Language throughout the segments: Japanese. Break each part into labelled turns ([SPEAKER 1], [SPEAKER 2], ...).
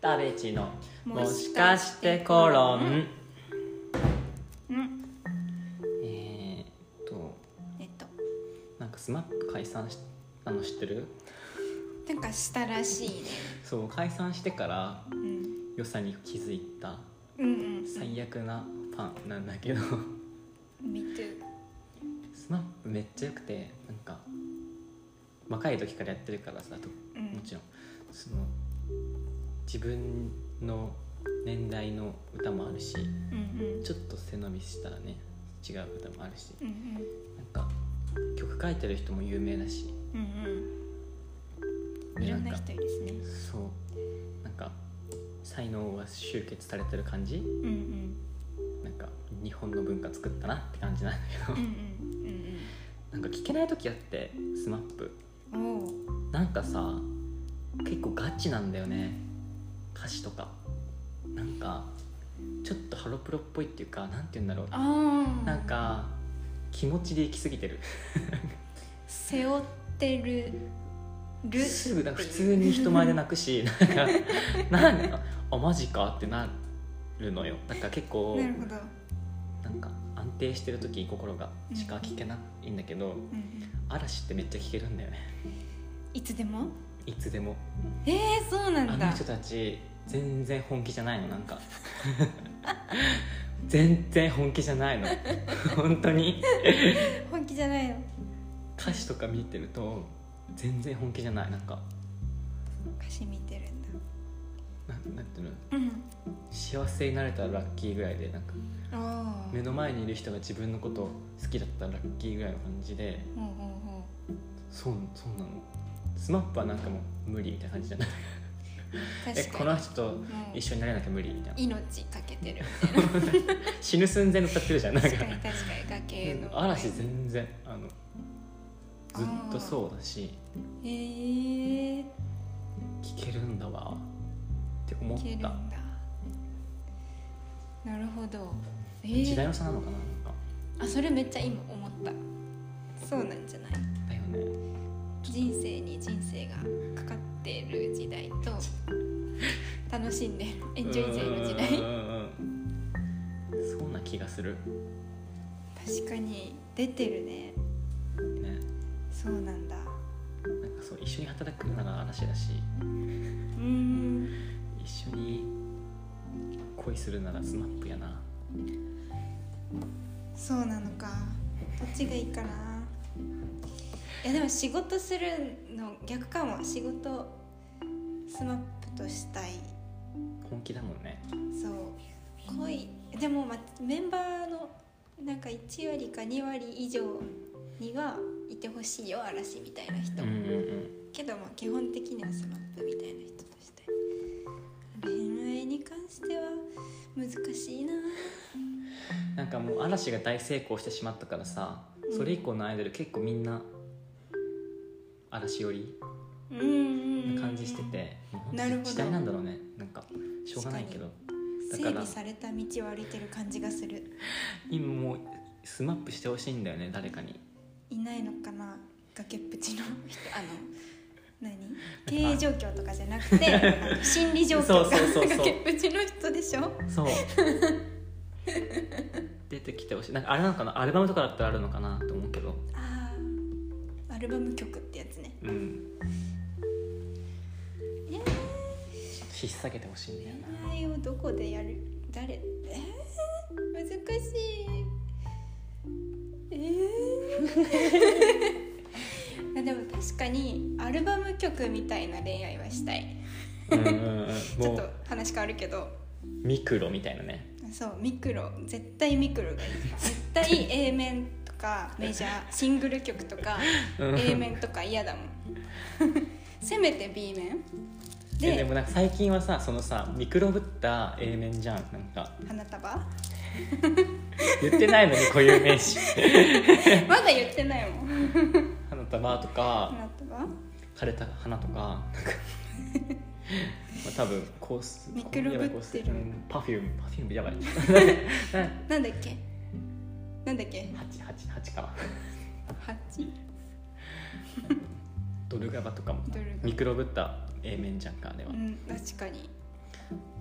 [SPEAKER 1] 田部ちのもしかしてコロン、
[SPEAKER 2] うん
[SPEAKER 1] えー、っと
[SPEAKER 2] えっと
[SPEAKER 1] なんかスマップ解散したの知ってる
[SPEAKER 2] なんかしたらしいね、
[SPEAKER 1] そう解散してから
[SPEAKER 2] うん、
[SPEAKER 1] 良さに気づいた
[SPEAKER 2] うんうん
[SPEAKER 1] 最悪なファンなんだけど
[SPEAKER 2] Me too
[SPEAKER 1] スマップめっちゃ良くてなんか若い時からやってるからさと
[SPEAKER 2] うん
[SPEAKER 1] もちろんその自分の年代の歌もあるし
[SPEAKER 2] うんうん
[SPEAKER 1] ちょっと背伸びしたらね違う歌もあるし
[SPEAKER 2] うん
[SPEAKER 1] なんか曲書いてる人も有名だし
[SPEAKER 2] うんうんうんいろんな人いるしね
[SPEAKER 1] そうなんか才能が集結されてる感じ
[SPEAKER 2] うんうん
[SPEAKER 1] なんか日本の文化作ったなって感じなんだけ
[SPEAKER 2] う
[SPEAKER 1] ど
[SPEAKER 2] んうん
[SPEAKER 1] なんか聞けない時あってスマップ
[SPEAKER 2] うんうんおう
[SPEAKER 1] なんかさ結構ガチなんだよね歌詞とかなんかちょっとハロプロっぽいっていうかなんて言うんだろう
[SPEAKER 2] あ
[SPEAKER 1] なん
[SPEAKER 2] あ
[SPEAKER 1] か気持ちで行き過ぎてる
[SPEAKER 2] 背負ってるる
[SPEAKER 1] すぐなんか普通に人前で泣くしなんかなんかあマジかってなるのよなんか結構
[SPEAKER 2] なるほど
[SPEAKER 1] なんか安定してる時に心がしか聞けないんだけど
[SPEAKER 2] うんうん
[SPEAKER 1] 嵐ってめっちゃ聞けるんだよね
[SPEAKER 2] いつでも
[SPEAKER 1] いつでも
[SPEAKER 2] えー、そうな
[SPEAKER 1] あ
[SPEAKER 2] ん
[SPEAKER 1] の
[SPEAKER 2] だ
[SPEAKER 1] 人たち全然本気じゃないのなんか 全然本気じゃないの 本当に
[SPEAKER 2] 本気じゃないの
[SPEAKER 1] 歌詞とか見てると全然本気じゃないなんか
[SPEAKER 2] 歌詞見てるんだ
[SPEAKER 1] なんなんていうの
[SPEAKER 2] うん
[SPEAKER 1] 幸せになれたらラッキーぐらいでなんか
[SPEAKER 2] ああ
[SPEAKER 1] 目の前にいる人が自分のこと好きだったらラッキーぐらいの感じで
[SPEAKER 2] ほうほうほ
[SPEAKER 1] そうそうなのスマップはなんかもう無理みたいな感じじゃない
[SPEAKER 2] う
[SPEAKER 1] え
[SPEAKER 2] 確
[SPEAKER 1] こ
[SPEAKER 2] か
[SPEAKER 1] の
[SPEAKER 2] に
[SPEAKER 1] 人と
[SPEAKER 2] もう
[SPEAKER 1] 一緒になれなきゃ無理みたいな
[SPEAKER 2] 命かけてる
[SPEAKER 1] 死ぬ寸前の歌ってるじゃん なんか
[SPEAKER 2] 確かに確かに崖の
[SPEAKER 1] 嵐全然あのずっとそうだし
[SPEAKER 2] へえ
[SPEAKER 1] 聴けるんだわって思っ
[SPEAKER 2] いけるんだ
[SPEAKER 1] た
[SPEAKER 2] なるほどえ
[SPEAKER 1] 時
[SPEAKER 2] ー、
[SPEAKER 1] 代の差なのかななんか
[SPEAKER 2] あそれめっちゃ今思ったそうなんじゃない
[SPEAKER 1] だよね
[SPEAKER 2] 人生に人生がかかってる時代 と楽しんでるエンジョイ勢の時代
[SPEAKER 1] うんうんうんそんな気がする
[SPEAKER 2] 確かに出てるね
[SPEAKER 1] ね
[SPEAKER 2] そうなんだ
[SPEAKER 1] なんかそう一緒に働くなら嵐だし
[SPEAKER 2] うーん
[SPEAKER 1] 一緒に恋するならスマップやな
[SPEAKER 2] そうなのかどっちがいいかないやでも仕事するの逆かも仕事スマップとしたい
[SPEAKER 1] 本気だもんね
[SPEAKER 2] そう恋でも、ま、メンバーのなんか1割か2割以上にはいてほしいよ嵐みたいな人、
[SPEAKER 1] うんうんうん
[SPEAKER 2] けどまあ基本的にはスマップみたいな人として恋愛に関しては難しいな
[SPEAKER 1] なんかもう嵐が大成功してしまったからさ
[SPEAKER 2] うん
[SPEAKER 1] それ以降のアイドル結構みんな嵐寄り
[SPEAKER 2] うんうんうん
[SPEAKER 1] な感じしててもう
[SPEAKER 2] なるほど
[SPEAKER 1] 時代なんだろうねなんかしょうがないけどだ
[SPEAKER 2] 整
[SPEAKER 1] から
[SPEAKER 2] 備された道を歩いてる感じがする
[SPEAKER 1] 今もうスマップしてほしいんだよね誰かに
[SPEAKER 2] いないのかな崖っぷち の人あの何経営状況とかじゃなくてあの心理状況が
[SPEAKER 1] そうそうそうそう
[SPEAKER 2] 崖っぷちの人でしょ
[SPEAKER 1] そう 出てきてほしいなんかあれなのかなアルバムとかだったらあるのかなと思うけど
[SPEAKER 2] あーアルバム曲ってやつね
[SPEAKER 1] うん
[SPEAKER 2] えー
[SPEAKER 1] 引っ提げてほしいんだよな
[SPEAKER 2] 恋愛をどこでやる誰えー、難しいえー あでも確かにアルバム曲みたいな恋愛はしたい
[SPEAKER 1] うんうんうん
[SPEAKER 2] ちょ
[SPEAKER 1] も
[SPEAKER 2] っと
[SPEAKER 1] う
[SPEAKER 2] 話変わるけど
[SPEAKER 1] ミクロみたいなね
[SPEAKER 2] そうミクロ絶対ミクロがいい絶 対 A 面とかメジャーシングル曲とか
[SPEAKER 1] うん
[SPEAKER 2] A 面とか嫌だもん せめて B 面
[SPEAKER 1] でで
[SPEAKER 2] で
[SPEAKER 1] もなんか最近はさそのさミクロぶった A 面じゃんなんか
[SPEAKER 2] 花束
[SPEAKER 1] 言ってないのに固有名詞
[SPEAKER 2] まだ言ってないもん
[SPEAKER 1] 花束とか
[SPEAKER 2] 花束
[SPEAKER 1] 枯れた花とかなんかまあ多分コース
[SPEAKER 2] ミクロぶってる
[SPEAKER 1] パフュームパフュームやばい
[SPEAKER 2] なんだっけなんだっけ
[SPEAKER 1] 八八八かな
[SPEAKER 2] 八
[SPEAKER 1] ドルガバとかも
[SPEAKER 2] ドルガバ
[SPEAKER 1] ミクロぶった A 面じゃんかあれは
[SPEAKER 2] うん確かに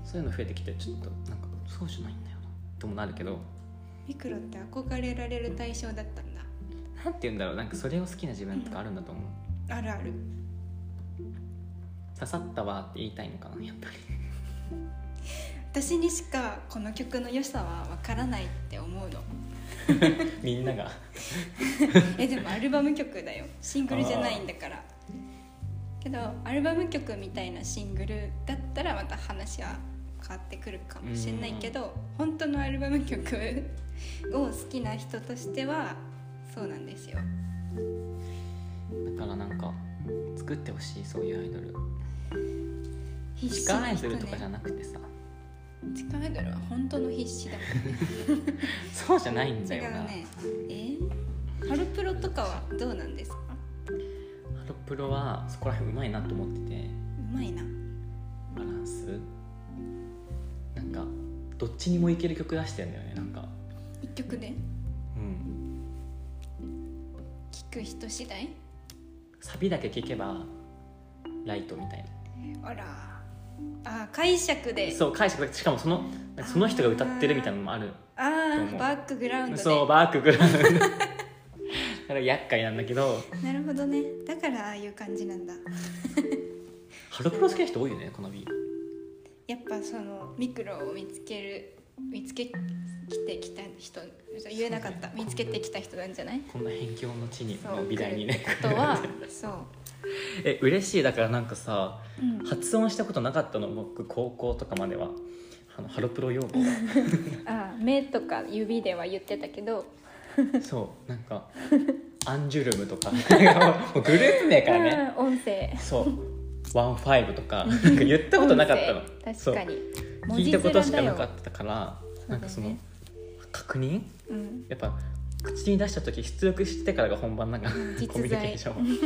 [SPEAKER 1] そういうの増えてきてちょっとなんかそうじゃないんだよなともなるけど
[SPEAKER 2] ミクロって憧れられる対象だったんだ
[SPEAKER 1] なんて言うんだろうなんかそれを好きな自分とかあるんだと思う
[SPEAKER 2] あるある
[SPEAKER 1] 刺さったわって言いたいのかなやっぱり
[SPEAKER 2] 私にしかこの曲の良さはわからないって思うの
[SPEAKER 1] みんなが
[SPEAKER 2] えでもアルバム曲だよシングルじゃないんだからけどアルバム曲みたいなシングルだったらまた話は変わってくるかもしれないけど本当のアルバム曲 を好きな人としてはそうなんですよ
[SPEAKER 1] だからなんか作ってほしいそういうアイドル
[SPEAKER 2] 必
[SPEAKER 1] 地
[SPEAKER 2] 死
[SPEAKER 1] 下ア
[SPEAKER 2] な
[SPEAKER 1] イド
[SPEAKER 2] 人
[SPEAKER 1] ル
[SPEAKER 2] ね
[SPEAKER 1] とかじゃなくてさ
[SPEAKER 2] 地下アイドルは本当の必死 だもん
[SPEAKER 1] そうじゃないんだ
[SPEAKER 2] 違
[SPEAKER 1] よな、
[SPEAKER 2] うねえハロプロとかはどうなんですか
[SPEAKER 1] ハロプロはそこら辺うまいなと思ってて
[SPEAKER 2] うまいな
[SPEAKER 1] バランスなんかどっちにもいける曲出してんだよねなんか
[SPEAKER 2] 一曲で
[SPEAKER 1] うん
[SPEAKER 2] 聴く人次第
[SPEAKER 1] サビだけ聴けばライトみたい
[SPEAKER 2] あらあ解釈で
[SPEAKER 1] なそう解釈だけしかもそのなんかその人が歌ってるみたいなのもある
[SPEAKER 2] ああ
[SPEAKER 1] どうも
[SPEAKER 2] バックグラウンドで
[SPEAKER 1] そうバークグラウンドだから厄介なんだけど
[SPEAKER 2] なるほどねだからああいう感じなんだ
[SPEAKER 1] ハロプロ好きな人多いよねこのビ
[SPEAKER 2] やっぱそのミクロを見つける見つけきてきた人言えなかった見つけてきた人なんじゃない
[SPEAKER 1] こんな辺境の地に
[SPEAKER 2] そう
[SPEAKER 1] の美大にね
[SPEAKER 2] 来ること はそう、
[SPEAKER 1] え嬉しいだからなんかさ
[SPEAKER 2] うん、
[SPEAKER 1] 発音したことなかったの僕高校とかまではあのハロプロ用語
[SPEAKER 2] あ目とか指では言ってたけど
[SPEAKER 1] そうなんかアンジュルムとか もうグループ名からね
[SPEAKER 2] うん音声
[SPEAKER 1] そうワンファイブとかなんか言ったことなかったの
[SPEAKER 2] 音
[SPEAKER 1] そ
[SPEAKER 2] 声
[SPEAKER 1] う
[SPEAKER 2] 確かに
[SPEAKER 1] 聞いたことしか
[SPEAKER 2] 文
[SPEAKER 1] な
[SPEAKER 2] 字面だ
[SPEAKER 1] か
[SPEAKER 2] よ
[SPEAKER 1] ったか
[SPEAKER 2] そうだ
[SPEAKER 1] ら
[SPEAKER 2] よね
[SPEAKER 1] なんかその確認
[SPEAKER 2] うん、
[SPEAKER 1] やっぱ口に出した時出力してからが本番なんか
[SPEAKER 2] ん実在
[SPEAKER 1] コミュニケーシ ョン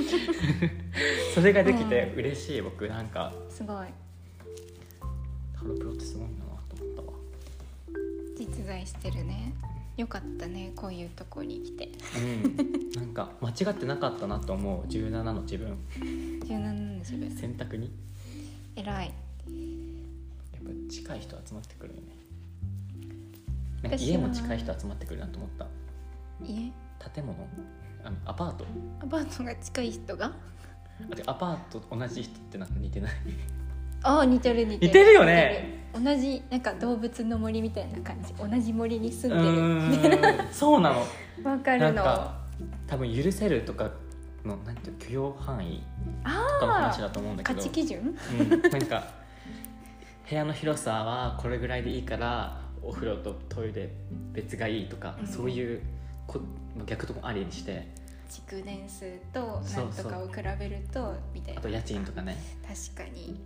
[SPEAKER 1] それができて嬉しい僕なんか
[SPEAKER 2] すごい
[SPEAKER 1] ハロプロってすごいんだなと思ったわ
[SPEAKER 2] 実在してるねよかったねこういうとこに来て
[SPEAKER 1] うん、なんか間違ってなかったなと思う17の自分
[SPEAKER 2] 柔軟なんですよ
[SPEAKER 1] 選択に
[SPEAKER 2] 偉い
[SPEAKER 1] やっぱ近い人集まってくるよねなんか
[SPEAKER 2] 私は
[SPEAKER 1] 家も近い人集まってくるなと思っ
[SPEAKER 2] 家
[SPEAKER 1] た建物あのアパート
[SPEAKER 2] アパートが近い人が
[SPEAKER 1] あてかアパートと同じ人ってなんか似てない
[SPEAKER 2] ああ似てる似てる
[SPEAKER 1] 似てるよね
[SPEAKER 2] 似てる同じなんか動物の森みたいな感じ同じ森に
[SPEAKER 1] う
[SPEAKER 2] 住んで
[SPEAKER 1] ーんそうなの
[SPEAKER 2] るわか
[SPEAKER 1] な
[SPEAKER 2] る
[SPEAKER 1] ん
[SPEAKER 2] の
[SPEAKER 1] か多分許せるとかのなんていう許容範囲とかの話だと思うんだけ
[SPEAKER 2] 価
[SPEAKER 1] ど
[SPEAKER 2] 値基準
[SPEAKER 1] うん、なんか部屋の広さはこれぐらいでいいからお風呂とトイレ別がいいとか、
[SPEAKER 2] うん
[SPEAKER 1] そういうこ逆ともありにして
[SPEAKER 2] 築年数とな
[SPEAKER 1] そうんそう
[SPEAKER 2] とかを比べるとみたい
[SPEAKER 1] あ
[SPEAKER 2] な確
[SPEAKER 1] と家賃とかね
[SPEAKER 2] かに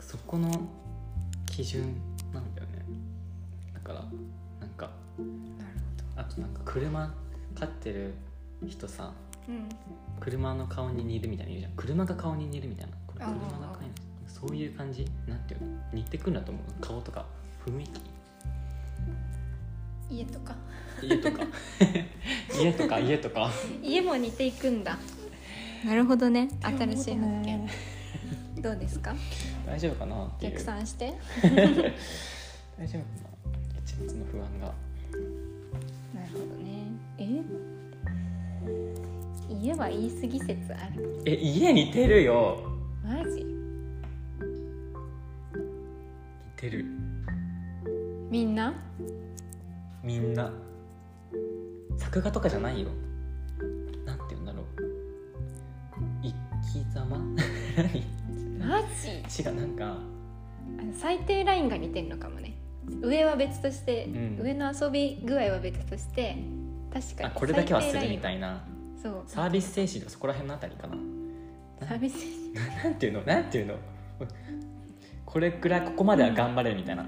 [SPEAKER 1] そこの基準なんだよねだからなんか
[SPEAKER 2] なる
[SPEAKER 1] あとなんか車飼ってる人さ
[SPEAKER 2] ほどうん
[SPEAKER 1] 車の顔に似るみたいな言うじゃん車が顔に似るみたいなこれ
[SPEAKER 2] あー
[SPEAKER 1] 車が顔にそういう感じなんていうの似てくるんだと思う顔とか雰囲気
[SPEAKER 2] 家とか
[SPEAKER 1] 家とか 家とか家とか
[SPEAKER 2] 家も似ていくんだ なるほどね新しい発見どうですか
[SPEAKER 1] 大丈夫かなっていう
[SPEAKER 2] 逆算して
[SPEAKER 1] 大丈夫かな一日の不安が
[SPEAKER 2] なるほどねえ家は言い過ぎ説ある
[SPEAKER 1] え家似てるよ
[SPEAKER 2] マジ
[SPEAKER 1] 似てる
[SPEAKER 2] みんな
[SPEAKER 1] みんな作画とかじゃないよなんて言うんだろう生き様 何違
[SPEAKER 2] マジ
[SPEAKER 1] うなんか
[SPEAKER 2] あの最低ラインが似てるのかもね上は別として、
[SPEAKER 1] うん
[SPEAKER 2] 上の遊び具合は別として確かに
[SPEAKER 1] あこれだけはす
[SPEAKER 2] 最
[SPEAKER 1] る
[SPEAKER 2] 低ライ
[SPEAKER 1] み
[SPEAKER 2] ン
[SPEAKER 1] たいな
[SPEAKER 2] そう
[SPEAKER 1] サービス精神とかそこら辺のあたりかな
[SPEAKER 2] サービス精
[SPEAKER 1] なんていうのなんていうのこれくらいここまでは頑張れみたいな、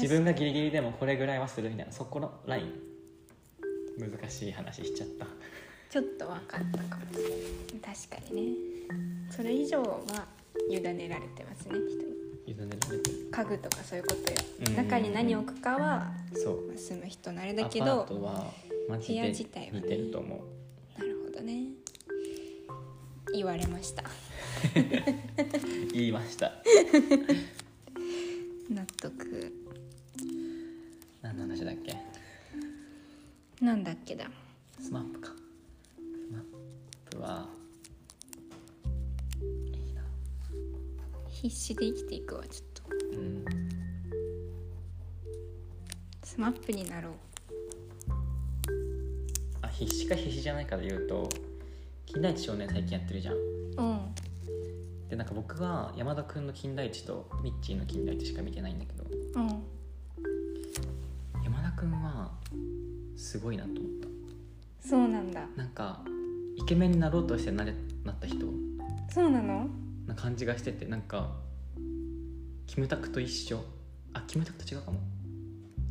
[SPEAKER 1] 自分がギリギリでもこれぐらいはするみたいなそこのライン難しい話しちゃった
[SPEAKER 2] ちょっと分かったかも確かにねそれ以上は委ねられてますね人に
[SPEAKER 1] 委ねられてる
[SPEAKER 2] 家具とかそういうことよ
[SPEAKER 1] うん
[SPEAKER 2] 中に何を置くかは
[SPEAKER 1] そう
[SPEAKER 2] まあ住む人なれだけ
[SPEAKER 1] アパ
[SPEAKER 2] ど
[SPEAKER 1] ートはマジ
[SPEAKER 2] 部屋
[SPEAKER 1] で
[SPEAKER 2] 自体はね
[SPEAKER 1] 似てると思う、
[SPEAKER 2] なるほどね言われました
[SPEAKER 1] 言いました
[SPEAKER 2] 納得
[SPEAKER 1] 何の話だっけ
[SPEAKER 2] なんだっけだ
[SPEAKER 1] スマップかスマップはいいな
[SPEAKER 2] 必死で生きていくわちょっと
[SPEAKER 1] うん
[SPEAKER 2] スマップになろう
[SPEAKER 1] あ必死か必死じゃないかで言うと「金田一少年」最近やってるじゃん
[SPEAKER 2] うん
[SPEAKER 1] でなんか僕は山田君の金田一とミッチーの金田一しか見てないんだけど
[SPEAKER 2] うん
[SPEAKER 1] 山田君はすごいなと思った
[SPEAKER 2] そうなんだ
[SPEAKER 1] なんかイケメンになろうとしてなれなった人
[SPEAKER 2] そうなの
[SPEAKER 1] な感じがしててなんかキムタクと一緒あキムタクと違うかも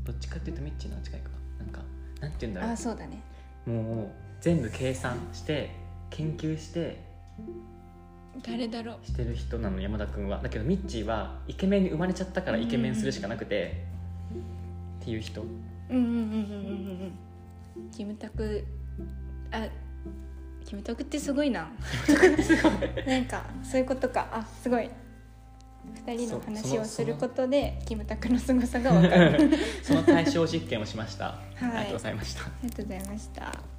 [SPEAKER 1] どっちかっていうとミッチーの方が近いかななんかなんて言うんだろ
[SPEAKER 2] あそうだね
[SPEAKER 1] うもう全部計算して研究して
[SPEAKER 2] 誰だろう
[SPEAKER 1] してる人なの山田君はだけどミッチーはイケメンに生まれちゃったからイケメンするしかなくて、っていう人
[SPEAKER 2] うんうんうんうんうんうんキムタクあキムタクってすごいな なんかそういうことかあすごい二人の
[SPEAKER 1] そうそ
[SPEAKER 2] 話
[SPEAKER 1] の
[SPEAKER 2] をすることでキムタクの凄 さが分かる
[SPEAKER 1] その対象実験をしました、
[SPEAKER 2] はい
[SPEAKER 1] ありがとうございました
[SPEAKER 2] ありがとうございました